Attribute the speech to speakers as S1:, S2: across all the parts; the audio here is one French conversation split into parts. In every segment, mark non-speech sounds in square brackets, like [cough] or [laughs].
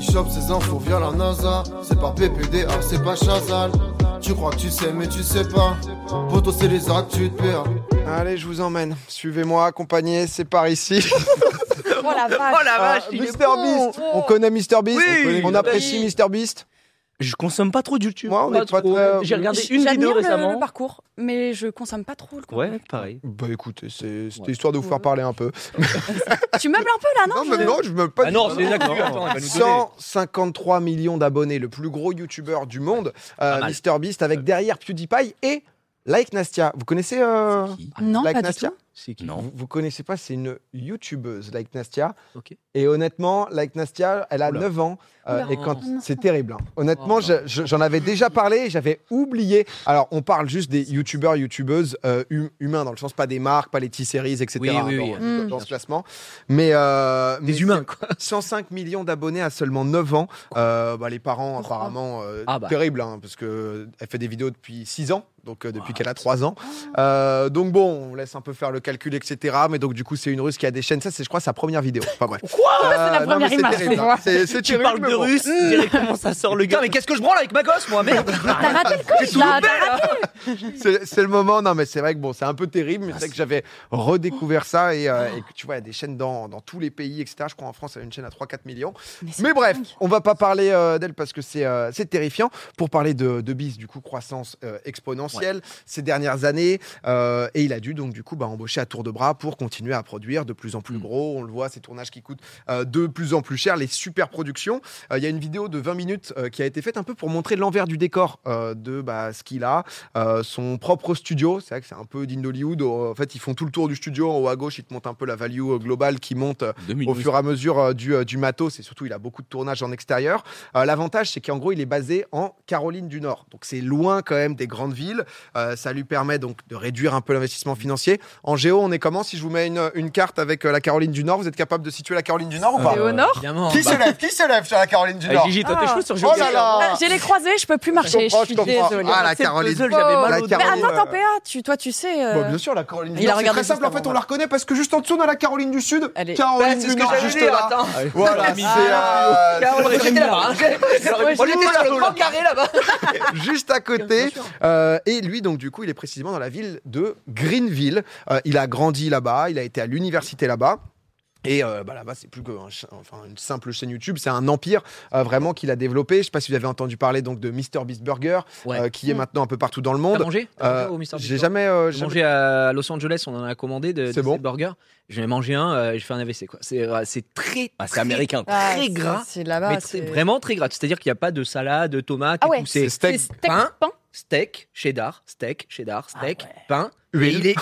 S1: chope ces infos via la NASA. C'est pas PPDA, c'est pas Chazal. Tu crois que tu sais, mais tu sais pas. Poto, c'est les actes, tu te perds.
S2: Allez, je vous emmène. Suivez-moi, accompagné, c'est par ici.
S3: Oh la vache.
S4: Oh la vache,
S2: Ah,
S4: il est
S2: Mr
S4: bon.
S2: Beast. On connaît Mr Beast.
S4: Oui,
S2: on, connaît- on
S4: bah
S2: apprécie
S4: oui.
S2: Mr Beast.
S4: Je consomme pas trop de YouTube.
S2: Moi, on est pas
S4: trop.
S2: très- euh,
S4: J'ai regardé une
S3: J'admire
S4: vidéo
S3: le-
S4: récemment.
S3: le parcours, mais je consomme pas trop le contenu.
S4: Ouais, pareil.
S2: Bah écoutez, c'est- c'était
S4: Ouais.
S2: histoire de vous faire parler un peu.
S3: Tu meubles un peu là, non
S2: Non, mais non, je me pas
S5: Ah
S2: du
S5: non,
S2: tout.
S5: c'est les actus. Attends, elle va nous donner.
S2: 153 millions d'abonnés, le plus gros youtubeur du monde, euh,
S4: mal.
S2: Mr Beast, avec derrière PewDiePie et Like Nastia. Vous connaissez euh,
S4: Qui
S3: Non,
S2: Like
S3: pas du
S2: Nastia
S3: tout.
S4: C'est qui
S2: vous, vous connaissez pas, c'est une youtubeuse, Like Nastia.
S4: Ok.
S2: Et honnêtement, Like Nastia, elle a
S4: Oula.
S2: 9 ans. euh,
S3: Oula.
S2: et quand
S3: Oh non.
S2: c'est terrible. hein. Honnêtement,
S4: Oh non.
S2: je- je- j'en avais déjà parlé, et j'avais oublié. Alors, on parle juste des youtubeurs, youtubeuses euh, hum- humains, dans le sens pas des marques, pas les T-Series, etc.
S4: Oui, oui, oui.
S2: dans-
S3: Mm.
S2: Dans,
S4: Bien
S2: ce
S4: sûr.
S2: classement. Mais, euh, mais
S4: Des
S2: [laughs]
S4: humains, quoi.
S2: 105 millions d'abonnés à seulement 9 ans. Euh, bah, les parents,
S3: Pourquoi
S2: apparemment, euh,
S4: Ah bah.
S2: terrible, hein, parce qu'elle fait des vidéos depuis 6 ans, donc euh, depuis qu'elle a 3 ans. Euh, donc bon, on laisse un peu faire le calcul, etc. Mais donc, du coup, c'est une russe qui a des chaînes. Ça, c'est, je crois, sa première vidéo. Enfin, bref.
S4: Quoi
S2: Euh,
S3: c'est la
S2: non,
S3: première
S2: mais c'est
S3: image
S2: terrible,
S3: qu'on
S2: hein.
S3: voit.
S2: C'est, c'est
S4: Tu
S2: terrible,
S4: parles
S2: mais
S4: de
S2: bon.
S4: russe, directement ça sort le gars.
S5: Mmh. Putain, mais qu'est-ce que je branle avec ma gosse, moi Merde
S3: T'as raté le coche là. t'as raté-
S2: C'est, c'est le moment. Non, mais c'est vrai que bon, c'est un peu terrible, mais c'est vrai que j'avais redécouvert ça et, euh, et que tu vois, il y a des chaînes dans, dans tous les pays, etc. Je crois en France, il y a une chaîne à 3-4 millions.
S3: c'est
S2: Mais bref,
S3: dingue.
S2: on va pas parler euh, d'elle parce que c'est euh, c'est terrifiant. Pour parler de, de bis, du coup, croissance euh, exponentielle ces dernières années. euh, et il a dû donc, du coup, bah, embaucher à tour de bras pour continuer à produire de plus en plus
S4: Mm.
S2: gros. On le voit, ces tournages qui coûtent euh, de plus en plus cher, les super productions. Euh, Il y a une vidéo de 20 minutes euh, qui a été faite un peu pour montrer l'envers du décor euh, de bah, ce qu'il a, euh, son propre studio. C'est vrai que c'est un peu digne d'Hollywood. Euh, En fait, ils font tout le tour du studio. En haut à gauche, ils te montent un peu la value euh, globale qui monte euh, au fur et à mesure euh, du, euh, du matos et surtout il a beaucoup de tournages en extérieur. Euh, L'avantage c'est qu'en gros il est basé en Caroline du Nord, donc c'est loin quand même des grandes villes. Euh, ça lui permet donc de réduire un peu l'investissement financier. En géo on est comment Si je vous mets une, une carte avec euh, la Caroline du Nord, vous êtes capable de situer la Caroline du Nord ou pas
S3: C'est au nord
S5: Ah, Évidemment. Bah, eh,
S2: Qui se lève Qui se lève sur la Caroline du Nord
S4: Gigi, toi, t'es
S3: Ah.
S4: chaud
S2: Oh
S4: sur
S2: là
S4: Géographique.
S2: là
S3: Ah, J'ai les croisés, je peux plus marcher. Je
S2: comprends,
S3: suis
S2: je comprends.
S3: désolée.
S2: Ah, la
S4: C'est le
S2: Caroline.
S4: puzzle, J'avais
S2: La
S4: mal au dos.
S3: Mais
S2: Caroline,
S3: attends, en
S2: euh,
S3: PA, tu, toi, tu sais. euh,
S2: Bah, bien sûr, la Caroline du
S3: Il a
S2: Nord, c'est
S3: regardé
S2: très simple.
S3: juste
S2: En fait,
S3: avant,
S2: on
S3: là.
S2: la reconnaît parce que juste en dessous, on a la Caroline du Sud.
S3: Elle est-
S2: Caroline
S5: Ouais, c'est
S2: du
S5: ce que
S2: Nord,
S5: j'allais
S2: juste
S5: dire,
S2: là.
S5: attends.
S2: Voilà, c'est.
S3: Ah,
S2: euh,
S5: On était là-bas, hein. On était sur le grand carré là-bas.
S2: juste à côté. Euh, et lui, donc, du coup, il est précisément dans la ville de Greenville. Euh, il a grandi là-bas, il a été à l'université là-bas. Et euh, bah, là-bas, c'est plus qu'une enfin, une simple chaîne YouTube, c'est un empire euh, vraiment qu'il a développé. Je sais pas si vous avez entendu parler donc de Mr Beast Burger,
S5: Ouais.
S2: euh, qui est
S3: Mm.
S2: maintenant un peu partout dans le
S5: T'as
S2: monde.
S5: mangé
S2: Euh, J'ai jamais, euh,
S5: J'ai
S2: jamais-
S5: mangé à Los Angeles, on en a commandé de,
S2: C'est
S5: de
S2: bon.
S5: ces burgers. J'en ai mangé un, euh, j'ai fait un AVC quoi. C'est euh, c'est très,
S4: Ah, c'est
S5: très-
S4: américain. quoi.
S3: ah,
S5: très
S3: c'est-
S5: gras,
S3: C'est
S5: mais
S3: là-bas.
S5: très- vraiment très gras. C'est-à-dire qu'il n'y a pas de salade, de tomate,
S3: Ah
S5: et
S3: ouais.
S5: tout.
S2: C'est
S5: C'est
S2: steak,
S5: pain,
S3: pain.
S5: steak, cheddar, steak, cheddar, steak,
S3: Ah ouais.
S5: pain. Et
S2: huile,
S5: il est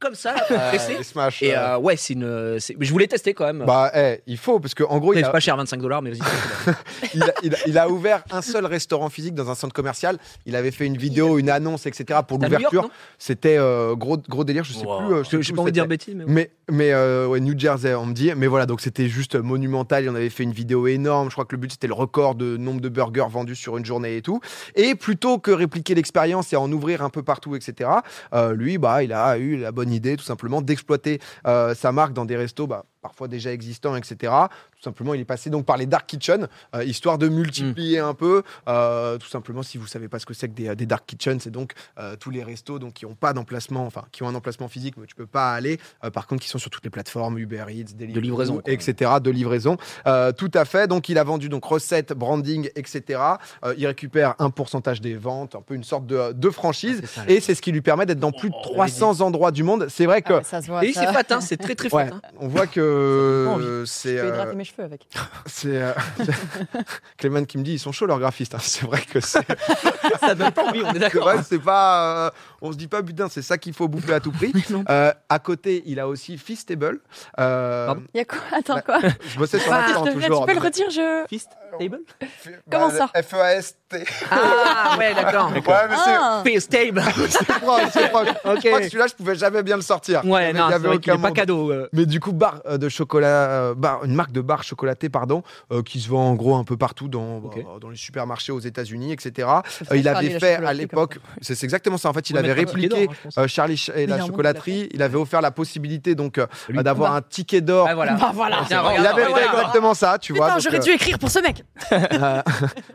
S5: comme ça,
S2: [laughs]
S5: [laughs]
S2: euh,
S5: pressé.
S2: les smash.
S5: Et
S2: euh,
S5: euh, ouais, c'est une. c'est- Je voulais tester quand même.
S2: Bah, eh, il faut, parce que en gros, il
S5: c'est
S2: a,
S5: pas cher, 25 dollars, mais vas-y.
S2: [laughs]
S5: c'est bon.
S2: il, a, il a- il a ouvert un seul restaurant physique dans un centre commercial. Il avait fait une vidéo, une annonce, etc. pour
S5: C'est à New York,
S2: l'ouverture.
S5: non
S2: C'était euh, gros, gros délire, je sais
S4: Wow.
S2: plus. euh, je sais
S5: Je-
S2: plus
S5: J'ai
S2: où
S5: pas envie de dire
S2: c'était.
S5: bêtises, mais.
S2: mais mais euh, ouais, New Jersey, on me dit. Mais voilà, donc c'était juste monumental. Il en avait fait une vidéo énorme. Je crois que le but c'était le record de nombre de burgers vendus sur une journée et tout. Et plutôt que répliquer l'expérience et en ouvrir un peu partout, etc. euh, lui, bah, il a eu la bonne idée tout simplement d'exploiter euh, sa marque dans des restos, bah, parfois déjà existants, etc. Tout simplement, il est passé donc par les dark kitchen, euh, histoire de
S5: Mm.
S2: multiplier un peu. Euh, tout simplement, si vous savez pas ce que c'est que des, des dark kitchen, c'est donc euh, tous les restos donc qui ont pas d'emplacement, enfin qui ont un emplacement physique, mais tu peux pas aller. Euh, par contre, qui sont sur toutes les plateformes Uber Eats, Deliveroo,
S5: De livraison, quoi.
S2: etc. De livraison, Euh, tout à fait. Donc, il a vendu donc recettes, branding, etc. Euh, il récupère un pourcentage des ventes, un peu une sorte de, de franchise.
S5: Ah, C'est ça, Oh, là.
S2: Et c'est ce qui lui permet d'être dans plus de 300 endroits du monde. C'est vrai que.
S3: Ah, ça se voit.
S5: Et
S3: ça.
S5: c'est fat, hein, c'est très très fat.
S2: Ouais,
S5: hein.
S2: on voit que
S3: Ça donne pas
S2: euh, c'est
S3: Je peux
S2: euh,
S3: hydrater mes cheveux avec.
S2: c'est euh, [laughs] Clément qui me dit ils sont chauds leurs graphistes. hein. C'est vrai que c'est
S5: Ça donne pas envie, on est
S2: c'est
S5: [laughs] d'accord.
S2: vrai que c'est pas euh, on se dit pas putain c'est ça qu'il faut bouffer à tout
S5: [laughs]
S2: prix. Euh, à côté il a aussi Fistable. Euh,
S5: Pardon
S3: Il y a quoi Attends,
S2: [laughs]
S3: quoi
S2: je bossais sur
S3: Bah,
S2: l'accent
S3: je te-
S2: toujours. hein.
S3: Tu peux le redire, je.
S4: Fist
S3: Ah,
S4: table
S3: Comment ça
S2: F E A S T.
S5: Ah ouais, d'accord.
S2: Ouais mais c'est-
S3: Ah.
S5: Face table.
S2: c'est proche, c'est proche.
S5: Ok.
S2: Je crois que celui-là je pouvais jamais bien le sortir. Il y
S5: Ouais,
S2: avait-
S5: non,
S2: il y
S5: c'est
S2: avait
S5: vrai qu'il
S2: aucun
S5: est pas
S2: monde.
S5: cadeau. euh.
S2: Mais du coup, bar euh, de chocolat, euh, bar, une marque de bar chocolaté, pardon, euh, qui se vend en gros un peu partout dans, bah, dans les supermarchés aux États-Unis, etc. Euh, il
S3: Charlie et
S2: avait
S3: la
S2: fait à
S5: hein.
S3: chocolaterie,
S2: l'époque, c'est c'est exactement ça. En fait, il
S5: On
S2: avait
S5: mettra un ticket
S2: répliqué
S5: d'or, je pense.
S2: euh, Charlie Ch- et la
S3: Évidemment,
S2: chocolaterie. Il avait offert la possibilité donc euh,
S4: Lui.
S2: d'avoir un ticket d'or.
S5: Ah voilà.
S3: Bah voilà.
S5: Tiens,
S2: Il
S5: regarde,
S2: avait fait
S5: regarde.
S2: exactement ça, tu vois.
S3: Putain,
S2: donc,
S3: j'aurais
S2: euh,
S3: dû écrire pour ce mec.
S2: Euh,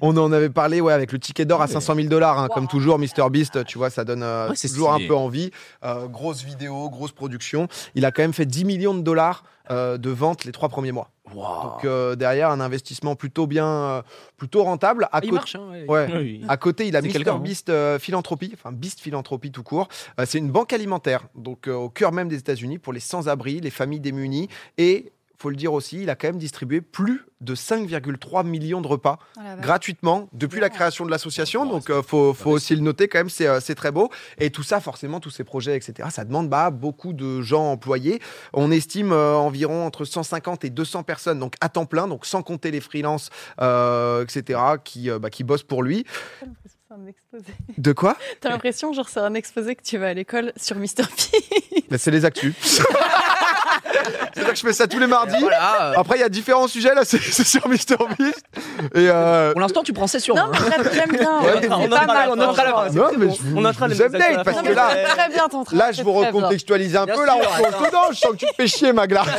S2: on en avait parlé ouais, avec le ticket d'or à 500 000 dollars, hein, comme toujours, Mr Beast, tu vois, ça donne euh,
S4: Ouais, c'est
S2: toujours un
S6: stylé.
S2: peu envie. Euh, grosse vidéo, grosse production. Il a quand même fait 10 millions de dollars euh, de ventes les trois premiers mois.
S5: Oh.
S2: Donc euh, derrière, un investissement plutôt bien, euh, plutôt rentable. À
S5: Il
S2: côté-
S5: marche, hein, ouais.
S2: Ouais.
S4: Oui.
S2: À côté, il a
S4: C'est
S2: mis
S4: quelqu'un, hein.
S2: Beast euh, Philanthropie, enfin Beast Philanthropie tout court. Euh, c'est une banque alimentaire, donc euh, au cœur même des États-Unis, pour les sans-abri, les familles démunies. Et faut le dire aussi, il a quand même distribué plus de 5,3 millions de repas
S3: Ah, la vache.
S2: gratuitement depuis la création de l'association.
S6: Ouais,
S2: Donc, euh, faut, faut
S6: ouais.
S2: aussi le noter quand même, c'est euh, c'est très beau. Et tout ça, forcément, tous ces projets, etc., ça demande bah, beaucoup de gens employés. On estime euh, environ entre 150 et 200 personnes, donc à temps plein, donc sans compter les freelances, euh, etc., qui, euh, bah, qui bossent pour lui.
S3: T'as l'impression que c'est un exposé.
S2: De quoi
S3: T'as l'impression, genre, c'est un exposé que tu vas à l'école sur Mr. P.
S2: Bah, C'est les actus. [laughs] C'est-à-dire que je fais ça tous les mardis.
S5: Voilà, euh,
S2: Après, il y a différents sujets, là, c'est c'est sur MrBeast. Et euh,
S5: pour l'instant, tu prends ça sur
S3: Non, mais j'aime- j'aime bien.
S2: Ouais,
S3: C'est
S4: on
S3: pas
S4: notera-
S3: mal,
S4: on notera la-
S3: franchement.
S4: c'est
S2: non,
S4: très
S2: mais
S4: bon.
S2: je vous-
S4: On notera
S2: je
S4: les
S2: vous aime
S4: messages à la
S2: date, parce
S4: fin.
S3: Non,
S2: que
S3: mais
S2: là,
S3: c'est Très bien ton travail,
S2: Là, je
S3: c'est
S2: vous
S3: très bien.
S2: recontextualise un
S5: Bien
S2: peu. Là,
S5: sûr,
S2: on se
S5: attends.
S2: retrouve dedans. Je sens que tu te fais chier, Magla. [laughs]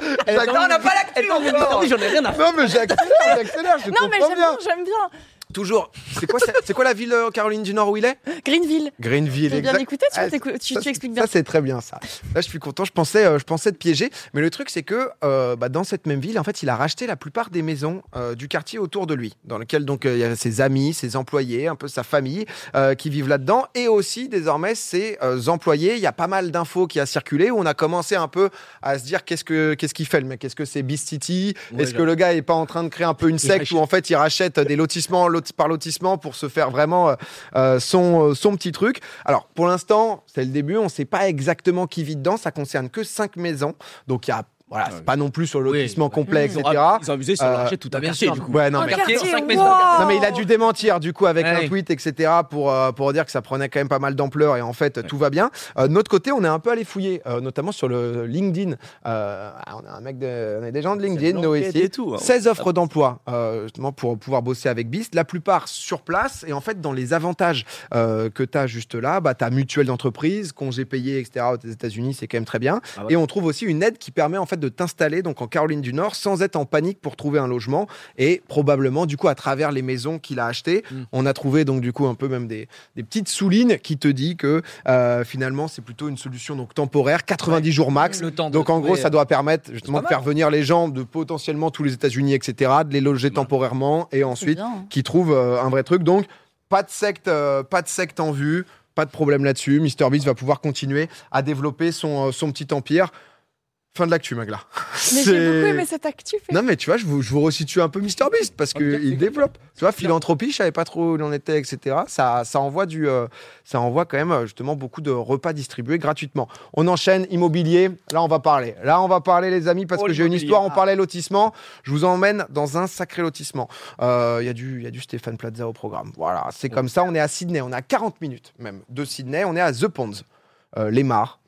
S4: Non, on n'a pas l'actu Attendez, j'en ai rien à faire.
S2: non, mais j'accélère, j'accélère. Je
S3: Non,
S2: comprends
S3: mais j'aime
S2: bien.
S3: bien, j'aime bien.
S2: Toujours. C'est quoi, ça- c'est quoi la ville euh, en Caroline du Nord où il est
S3: Greenville.
S2: Greenville,
S3: T'as bien
S2: exact.
S3: écouté, tu,
S2: Ah,
S3: t'écou- tu,
S2: Ça,
S3: tu expliques bien.
S2: Ça, c'est très bien, ça. Là, je suis content. Je pensais, euh, je pensais te piéger. Mais le truc, c'est que euh, bah, dans cette même ville, en fait, il a racheté la plupart des maisons euh, du quartier autour de lui, dans lequel donc euh, il y a ses amis, ses employés, un peu sa famille euh, qui vivent là-dedans. Et aussi, désormais, ses euh, employés. Il y a pas mal d'infos qui a circulé où on a commencé un peu à se dire qu'est-ce que qu'est-ce qu'il fait le mec Est-ce que c'est Beast City
S5: Ouais,
S2: Est-ce
S5: genre-
S2: que le gars est pas en train de créer un peu une secte où en fait il rachète des lotissements lot- par lotissement pour se faire vraiment euh, euh, son, euh, son petit truc Alors pour l'instant, c'est le début, on sait pas exactement qui vit dedans, ça concerne que cinq maisons. Donc il y a voilà,
S6: Ah
S2: c'est
S6: oui.
S2: pas non plus sur le
S5: Oui, Mmh. Ah,
S2: lotissement
S5: ouais.
S2: complet,
S4: Ils
S2: etc.
S4: ont ils ont abusé sur le
S2: Euh,
S4: marché tout à
S5: bien
S4: bien
S5: sûr.
S4: du coup.
S2: Ouais, non,
S3: Oh,
S2: mais...
S5: Un quartier,
S3: quartier,
S5: cinq maisons.
S3: wow. Oh,
S2: Non mais il a dû démentir du coup avec
S5: Ouais.
S2: un tweet etc pour, euh, pour dire que ça prenait quand même pas mal d'ampleur et en fait tout va bien. Euh, de notre côté on est un peu allé fouiller euh, notamment sur le LinkedIn. Euh, ah, on a un mec de, on est des gens de LinkedIn nous ici.
S4: et tout. hein.
S2: 16 offres d'emploi euh, justement pour pouvoir bosser avec Beast, la plupart sur place et en fait dans les avantages euh, que tu as juste là, bah, tu as mutuelle d'entreprise, congé payé, etc. aux États-Unis, c'est quand même très bien.
S5: Ah ouais.
S2: Et on trouve aussi une aide qui permet en fait de t'installer donc en Caroline du Nord sans être en panique pour trouver un logement et probablement du coup à travers les maisons qu'il a achetées,
S5: Mm.
S2: on a trouvé donc du coup un peu même des, des petites soulignes qui te dit que euh, finalement c'est plutôt une solution donc temporaire, 90 jours max.
S5: le temps. de
S2: Donc en gros,
S5: trouver,
S2: ça doit permettre
S5: pas
S2: justement de
S5: mal.
S2: faire venir les gens de potentiellement tous les États-Unis, etc., de les loger
S6: mal.
S2: temporairement et
S3: C'est
S2: ensuite
S3: bien, hein.
S2: qu'ils trouvent euh, un vrai truc. Donc pas de secte, euh, pas de secte en vue, pas de problème là-dessus. Mister Beast va pouvoir continuer à développer son, euh, son petit empire. Fin de l'actu, Magla.
S3: Mais j'ai
S2: C'est- [laughs]
S3: beaucoup aimé cette actu. fait.
S2: Non mais tu vois, je vous, je vous resitue un peu Mister Beast parce
S4: Ok, c'est
S2: qu'il
S4: cool.
S2: développe. Tu vois, philanthropie, je savais pas trop où il en était, etc. Ça, ça envoie du, euh, ça envoie quand même euh, justement beaucoup de repas distribués gratuitement. On enchaîne immobilier. Là, on va parler. Là, on va parler, les amis, parce
S4: Oh,
S2: que j'ai une
S4: l'immobilier.
S2: histoire. On
S4: Ah.
S2: parlait lotissement. Je vous emmène dans un sacré lotissement. Euh, Il y a du, il y a du Stéphane Plaza au programme. Voilà, c'est comme ça. On est à Sydney. On est à 40 minutes même de Sydney. On est à The Ponds, euh, les Mares.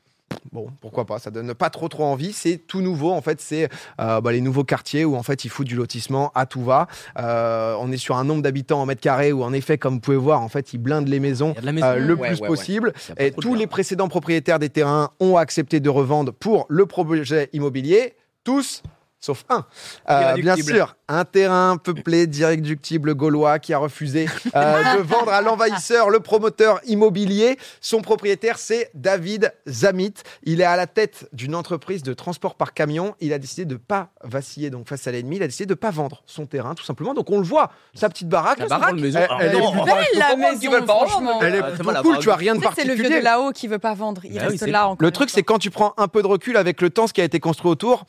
S2: Bon, pourquoi pas, ça donne pas trop trop envie. C'est tout nouveau, en fait, c'est euh, bah, les nouveaux quartiers où en fait ils foutent du lotissement à tout va. Euh, on est sur un nombre d'habitants en mètre carré où en effet, comme vous pouvez voir, en fait ils blindent les maisons.
S4: Il y a de la maison.
S2: euh, le
S5: Ouais,
S2: plus
S5: ouais, ouais.
S2: possible.
S5: ça
S2: Et tous les précédents propriétaires des terrains ont accepté de revendre pour le projet immobilier, tous sauf un. Euh, bien
S5: Irréductible.
S2: sûr, un terrain peuplé d'irréductibles gaulois qui a refusé
S4: [laughs]
S2: euh, de vendre à l'envahisseur, le promoteur immobilier. Son propriétaire, c'est David Zamit. Il est à la tête d'une entreprise de transport par camion. Il a décidé de pas vaciller donc face à l'ennemi. Il a décidé de pas vendre son terrain, tout simplement. Donc on le voit, sa petite baraque.
S4: La baraque, maison.
S2: Elle-
S4: Ah,
S2: elle est
S4: non,
S2: plus-
S4: ah,
S3: Belle la
S4: comment est-ce qu'ils veulent
S3: maison,
S4: pas en
S3: franchement.
S4: vendre
S2: Elle est
S4: Ah, c'est
S2: plutôt
S4: moi, la
S2: cool,
S4: baraque.
S2: tu as rien de
S3: Ça, C'est le vieux
S2: particulier.
S3: de là-haut qui veut pas vendre. Il
S4: Bah oui,
S3: reste
S4: c'est-
S3: là encore.
S2: Le truc, c'est quand tu prends un peu de recul avec le temps, ce qui a été construit autour,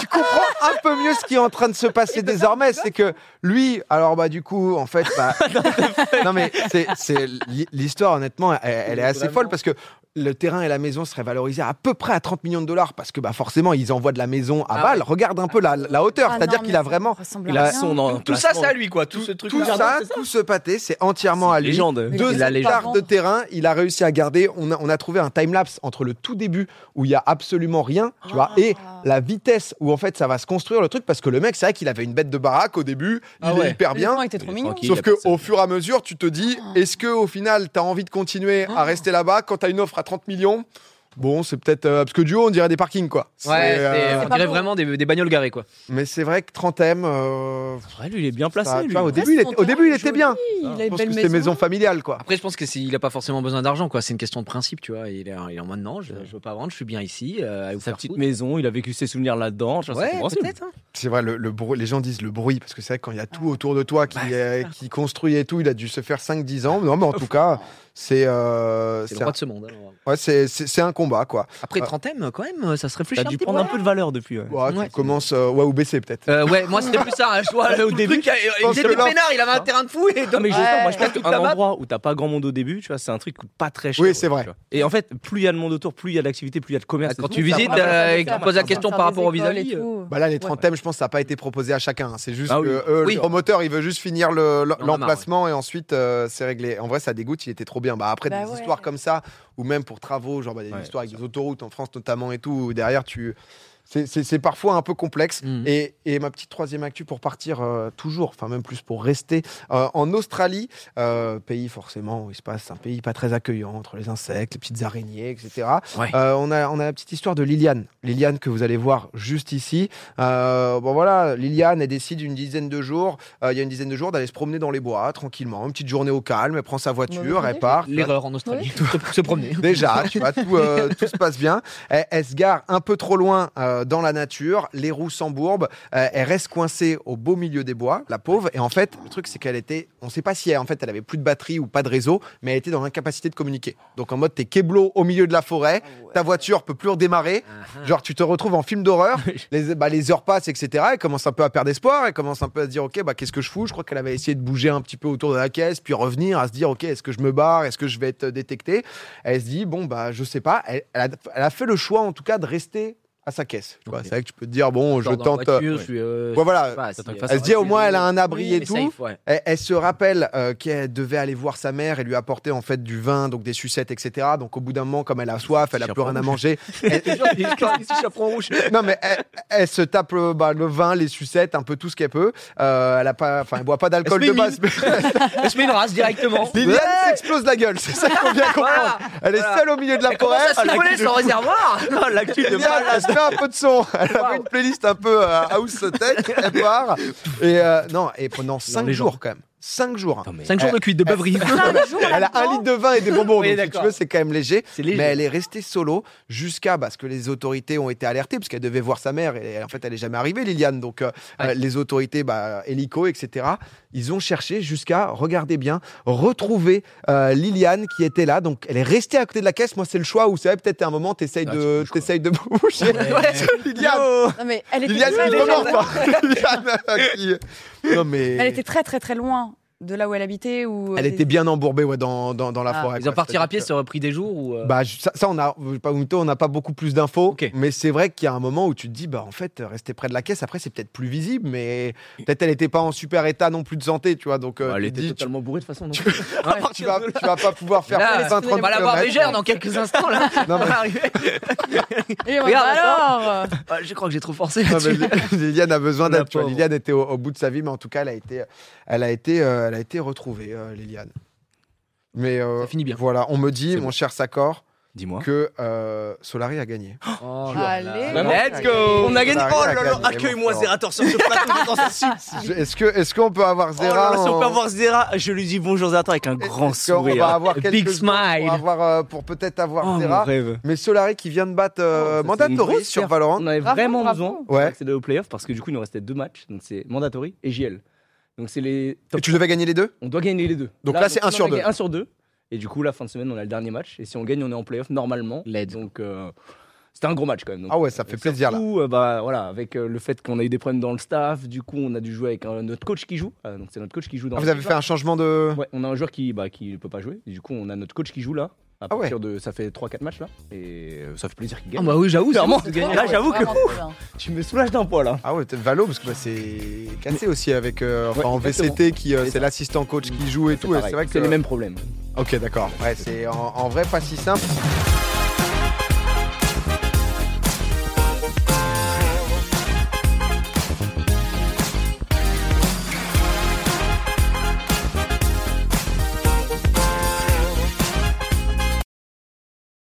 S2: tu comprends un peu mieux ce qui est en train de se passer désormais. C'est que lui, alors bah du coup, en fait, bah, [laughs] non mais c'est- c'est l'hi- l'histoire honnêtement, elle, elle est assez
S4: Vraiment.
S2: folle parce que. Le terrain et la maison seraient valorisés à peu près à 30 millions de dollars parce que bah forcément ils envoient de la maison à
S5: Ah
S2: balle. Regarde un peu la, la hauteur,
S3: Ah,
S2: c'est-à-dire qu'il a vraiment
S4: Il a son en-
S5: Tout ça,
S4: emplacement.
S5: c'est à lui, quoi. Tout ce truc.
S2: tout ça, tout ce pâté, c'est entièrement à lui.
S4: Légende.
S3: Mais
S2: Deux
S3: il a
S2: hectares
S3: les gens.
S2: de terrain, il a réussi à garder. On a, on a trouvé un time-lapse entre le tout début où il y a absolument rien, tu vois,
S3: Ah.
S2: et la vitesse où en fait ça va se construire le truc parce que le mec, c'est vrai qu'il avait une bête de baraque au début,
S5: Ah
S2: il est
S5: ouais.
S2: hyper bien.
S3: était trop
S6: Il est
S3: mignon.
S6: tranquille.
S2: Sauf
S6: la
S2: que
S6: personne.
S2: au fur et à mesure, tu te dis, est-ce que au final, t'as envie de continuer à rester là-bas quand t'as une offre à 30 millions Bon, c'est peut-être. euh, parce que duo, on dirait des parkings, quoi. C'est,
S5: Ouais, c'est-
S2: euh,
S5: on
S3: pas
S5: dirait
S3: beau.
S5: vraiment des, des bagnoles garées, quoi.
S2: mais c'est vrai que 30 m euh,
S4: Ouais, lui, il est bien placé.
S2: ça, tu
S4: lui.
S2: vois, au
S3: Reste
S2: début, il
S3: son
S2: était, au
S3: terrain,
S2: début, il
S3: est
S2: était bien.
S3: joli, Il a
S2: Je
S3: une
S2: pense
S3: belle
S2: que c'était
S3: maison.
S2: maison familiale, quoi.
S5: Après, je pense qu'il n'a pas forcément besoin d'argent, quoi. C'est une question de principe, tu vois. Il est, il est en mode non, je, je veux pas vendre, je suis bien ici. euh, à vous
S4: Sa
S5: faire
S4: petite
S5: foutre.
S4: maison, il a vécu ses souvenirs là-dedans. tu vois, c'est
S5: Ouais,
S4: compréhensible.
S5: peut-être. hein.
S2: C'est vrai, le, le bruit- les gens disent le bruit, parce que c'est vrai que quand il y a
S3: Ah.
S2: tout autour de toi
S3: Bah,
S2: qui, euh, qui construit et tout, il a dû se faire 5-10 ans. Non, mais en tout cas, c'est euh,
S5: C'est le
S2: c'est un,
S5: roi de ce monde. hein.
S2: ouais, c'est- c'est- c'est un combat, quoi.
S5: Après
S2: Ouais.
S5: 30 m quand même, ça se réfléchit
S4: T'as
S5: un
S4: dû
S5: petit peu.
S4: prendre un peu de valeur depuis. ouais.
S2: Ouais, tu
S5: Ouais.
S2: commences euh, ouais, ou baisser, peut-être.
S5: Euh, ouais, moi c'était plus ça, hein, je vois le,
S4: Au
S5: le
S4: début,
S5: truc, euh, il
S2: pense
S5: était
S2: que là-
S5: peinard, il avait un terrain de fou et
S4: Non mais je
S3: Ouais.
S4: moi je
S5: T'as
S4: pense
S5: toute
S4: qu'un
S5: la map.
S4: endroit où t'as pas grand monde au début, tu vois, c'est un truc qui coûte pas très cher.
S2: Oui, c'est vrai.
S4: tu vois. Et en fait, plus il y a de monde autour, plus il y a d'activité, plus il y a de commerce. et
S5: Quand
S4: tout,
S5: tu
S4: ça
S3: Ah,
S5: visites
S4: va.
S5: euh, et que
S4: ça
S5: tu poses la
S4: va,
S5: question
S3: bah, Faire
S5: par
S3: des
S5: rapport au
S3: écoles
S5: vis-à-vis.
S3: et
S5: euh,
S3: tout.
S2: Bah là, les 30 thèmes, je pense, ça n'a pas été proposé à chacun. hein. C'est juste
S4: Ah
S2: que
S4: oui.
S2: euh,
S5: Oui.
S2: le promoteur, il veut juste finir le-
S5: a marre,
S2: l'emplacement et ensuite euh, c'est réglé. En vrai, ça dégoûte, il était trop bien. Bah, après,
S3: Bah
S2: des
S3: ouais.
S2: histoires comme ça, ou même pour travaux, genre bah, des
S4: Ouais,
S2: histoires avec des autoroutes en France notamment et tout, où derrière, tu. c'est- C'est c'est parfois un peu complexe.
S5: Mhm.
S2: Et, et ma petite troisième actu pour partir euh, toujours, enfin même plus pour rester euh, en Australie, euh, pays forcément où il se passe un pays pas très accueillant entre les insectes, les petites araignées, etc.
S5: Ouais.
S2: Euh, on, a, on a la petite histoire de Liliane. Liliane que vous allez voir juste ici. Euh, bon voilà, Liliane, elle décide une dizaine de jours, euh, il y a une dizaine de jours d'aller se promener dans les bois tranquillement, une petite journée au calme, elle prend sa voiture,
S3: mais
S2: elle part.
S5: L'erreur en Australie, se, se promener.
S2: Déjà, tu vois, tout, euh, tout se passe bien. Elle, elle se gare un peu trop loin euh, dans la nature, les roues s'embourbent, euh, elle reste coincée au beau milieu des bois, la pauvre. Et en fait, le truc, c'est qu'elle était, on sait pas si elle, en fait, elle avait plus de batterie ou pas de réseau, mais elle était dans l'incapacité de communiquer. Donc en mode, t'es keblo au milieu de la forêt, ta voiture peut plus redémarrer.
S5: Ah.
S2: Genre, tu te retrouves en film
S5: [laughs]
S2: d'horreur, les, bah, les heures passent, etc. Elle commence un peu à perdre espoir, elle commence un peu à se dire, OK, bah, qu'est-ce que je fous Je crois qu'elle avait essayé de bouger un petit peu autour de la caisse, puis revenir, à se dire, OK, est-ce que je me barre Est-ce que je vais être détecté Elle se dit, bon, bah, je sais pas. Elle, elle a, elle a fait le choix, en tout cas, de rester à sa caisse. Tu vois,
S5: Ok.
S2: C'est vrai que tu peux te dire, bon, je
S5: Genre dans la
S2: tente.
S5: voiture,
S4: ouais.
S5: je suis, euh,
S2: Ouais, voilà.
S5: je sais pas, si,
S4: T'attends que
S5: euh,
S4: ça
S2: Elle se dit, au moins, elle a un abri
S3: Oui,
S2: et
S5: mais
S2: tout.
S5: safe, ouais.
S2: Elle, elle se rappelle euh, qu'elle devait aller voir sa mère et lui apporter en fait du vin, donc des sucettes, etc. Donc au bout d'un moment, comme elle a soif, elle a plus
S4: Chaperon
S2: rien à
S4: rouge.
S2: manger. Elle-
S4: [laughs] chaperon rouge.
S2: non mais elle, elle se tape le, bah, le vin, les sucettes, un peu tout ce qu'elle peut. Euh, elle a pas, enfin, elle boit pas d'alcool de
S5: Elle
S2: base.
S5: se Elle se met une race directement.
S2: [laughs] Liliane s'explose la gueule, c'est ça qu'il faut bien comprendre.
S5: Voilà.
S2: Elle est
S5: Voilà.
S2: seule au milieu de la
S5: Elle
S2: forêt.
S5: commence à
S2: elle a-
S5: s'envoler son réservoir.
S4: L'actu de
S2: Liliane, elle se fait un peu de son. Elle a
S5: Wow.
S2: fait une playlist un peu euh, house tech. Elle part. Et euh, non, et pendant
S4: Non,
S2: 5
S4: les gens.
S2: jours quand même. 5 jours.
S4: Attends, mais-
S5: 5 jours de cuite de bœuf rive.
S3: Cinq jours
S2: Elle a un
S3: là-dedans.
S2: litre de vin et des
S3: [laughs]
S2: bonbons.
S5: Oui,
S2: donc, si tu
S5: d'accord.
S2: veux, c'est quand même léger.
S5: C'est léger.
S2: Mais elle est restée solo jusqu'à bah, ce que les autorités ont été alertées, parce qu'elle devait voir sa mère. Et en fait, elle n'est jamais arrivée, Liliane. Donc, euh,
S5: Ouais.
S2: euh, les autorités, bah, hélico, etc., ils ont cherché jusqu'à, regardez bien, retrouver euh, Liliane qui était là. Donc, elle est restée à côté de la caisse. Moi, c'est le choix où, c'est vrai, peut-être à un moment, tu essayes
S4: Ah,
S2: de
S4: tu bouges, quoi.
S2: t'essayes de bouger. [laughs] Liliane,
S3: Non, mais elle était
S2: Liliane,
S3: loin,
S2: c'est
S3: déjà.
S2: vraiment pas. hein. [laughs] Liliane, euh, qui- Non, mais.
S3: Elle était très très très loin de là où elle habitait ou
S2: Elle était bien embourbée ouais, dans, dans, dans la
S3: Ah,
S2: forêt.
S5: Ils
S2: quoi.
S5: ont partir à pied,
S2: C'est-à-dire
S5: ça aurait pris des jours ou. euh,
S2: Bah, je- ça, ça, on a euh, pas Umto, on n'a pas beaucoup plus d'infos,
S5: Ok.
S2: mais c'est vrai qu'il y a un moment où tu te dis bah en fait euh, rester près de la caisse après c'est peut-être plus visible, mais peut-être elle n'était pas en super état non plus de santé, tu vois donc euh,
S5: Bah,
S4: Elle
S2: tu te
S4: était
S2: dis,
S4: totalement bourrée de toute façon. non
S2: tu, tu vas tu vas pas pouvoir faire
S5: Là,
S2: plus de 20
S5: on
S2: 30
S5: va la voir
S2: kilomètres.
S5: légère dans quelques instants [laughs] là.
S2: Non, mais-
S3: Et on-
S5: Regarde,
S3: alors
S5: Ah, Je crois que j'ai trop forcé.
S2: [laughs] Non,
S5: [laughs] là-dessus.
S2: mais Li- Liliane a besoin
S5: La
S2: d'aide. tu vois.
S5: pauvre.
S2: Liliane était au, au bout de sa vie, mais en tout cas, elle a été, elle a été, euh, elle a été retrouvée, euh, Liliane. Mais euh,
S5: Ça finit bien. Hein
S2: Voilà, on me dit,
S4: C'est
S2: mon
S4: bon.
S2: cher Sakor,
S4: Dis-moi.
S2: que euh, Solari a gagné.
S5: Oh, là là.
S3: Allez.
S5: Vraiment.
S4: Let's go
S2: On a gagné. Oh là là, accueille-moi,
S4: ah, Zerator sur ce plateau, j'entends ça
S2: Je- Est-ce que, est-ce qu'on peut avoir
S5: Oh
S4: Oh
S2: Zera en-
S4: Zera, je lui dis bonjour Zerator avec un grand
S2: Est-ce qu'on va avoir
S5: Big
S2: quelques secondes
S5: smile.
S2: pour, avoir, euh, pour peut-être avoir Zera.
S4: Oh, rêve.
S2: Mais Solari qui vient de battre euh,
S4: Ça, c'est une
S2: Mandatory
S4: grosse
S2: sur
S4: perf-
S2: Valorant.
S4: On avait
S3: Bravo,
S4: vraiment
S3: bravo.
S4: besoin
S2: Ouais.
S4: d'accéder aux playoffs parce que du coup, il nous restait deux matchs. Donc c'est Mandatory et JL. Donc c'est les
S2: Et
S4: top.
S2: tu devais gagner les deux
S4: On doit gagner les deux.
S2: Donc là, c'est un sur deux.
S4: 1 sur 2. Et du coup, la fin de semaine, on a le dernier match. Et si on gagne, on est en playoff normalement.
S5: Let's go.
S4: Donc euh, c'était un gros match quand même. Donc,
S2: Ah ouais, ça fait plaisir là.
S4: Ou, euh, bah, voilà, avec euh, le fait qu'on a eu des problèmes dans le staff, du coup on a dû jouer avec euh, notre coach qui joue. Euh, donc c'est notre coach qui joue dans.
S2: Ah, vous avez fait un changement de.
S4: Ouais, on a un joueur qui bah, qui ne peut pas jouer. Et du coup on a notre coach qui joue là. À
S2: Ah ouais.
S4: partir de ça fait 3-4 matchs là. Et euh, ça fait plaisir qu'il
S5: Ah,
S4: gagne.
S5: bah oui, j'avoue,
S4: Clairement.
S5: c'est bon, c'est gagné.
S4: Là, j'avoue que-
S3: Vraiment trop bien.
S4: tu me soulages d'un hein. poids là.
S2: Ah ouais, peut-être Valo, parce que bah, c'est cassé aussi avec euh, enfin,
S4: Ouais,
S2: en
S4: exactement.
S2: VCT, qui euh,
S4: C'est
S2: c'est
S4: ça.
S2: l'assistant coach qui joue et tout. et
S4: pareil.
S2: C'est vrai que
S4: les mêmes problèmes.
S2: Ok, d'accord. Ouais, c'est en, en vrai pas si simple.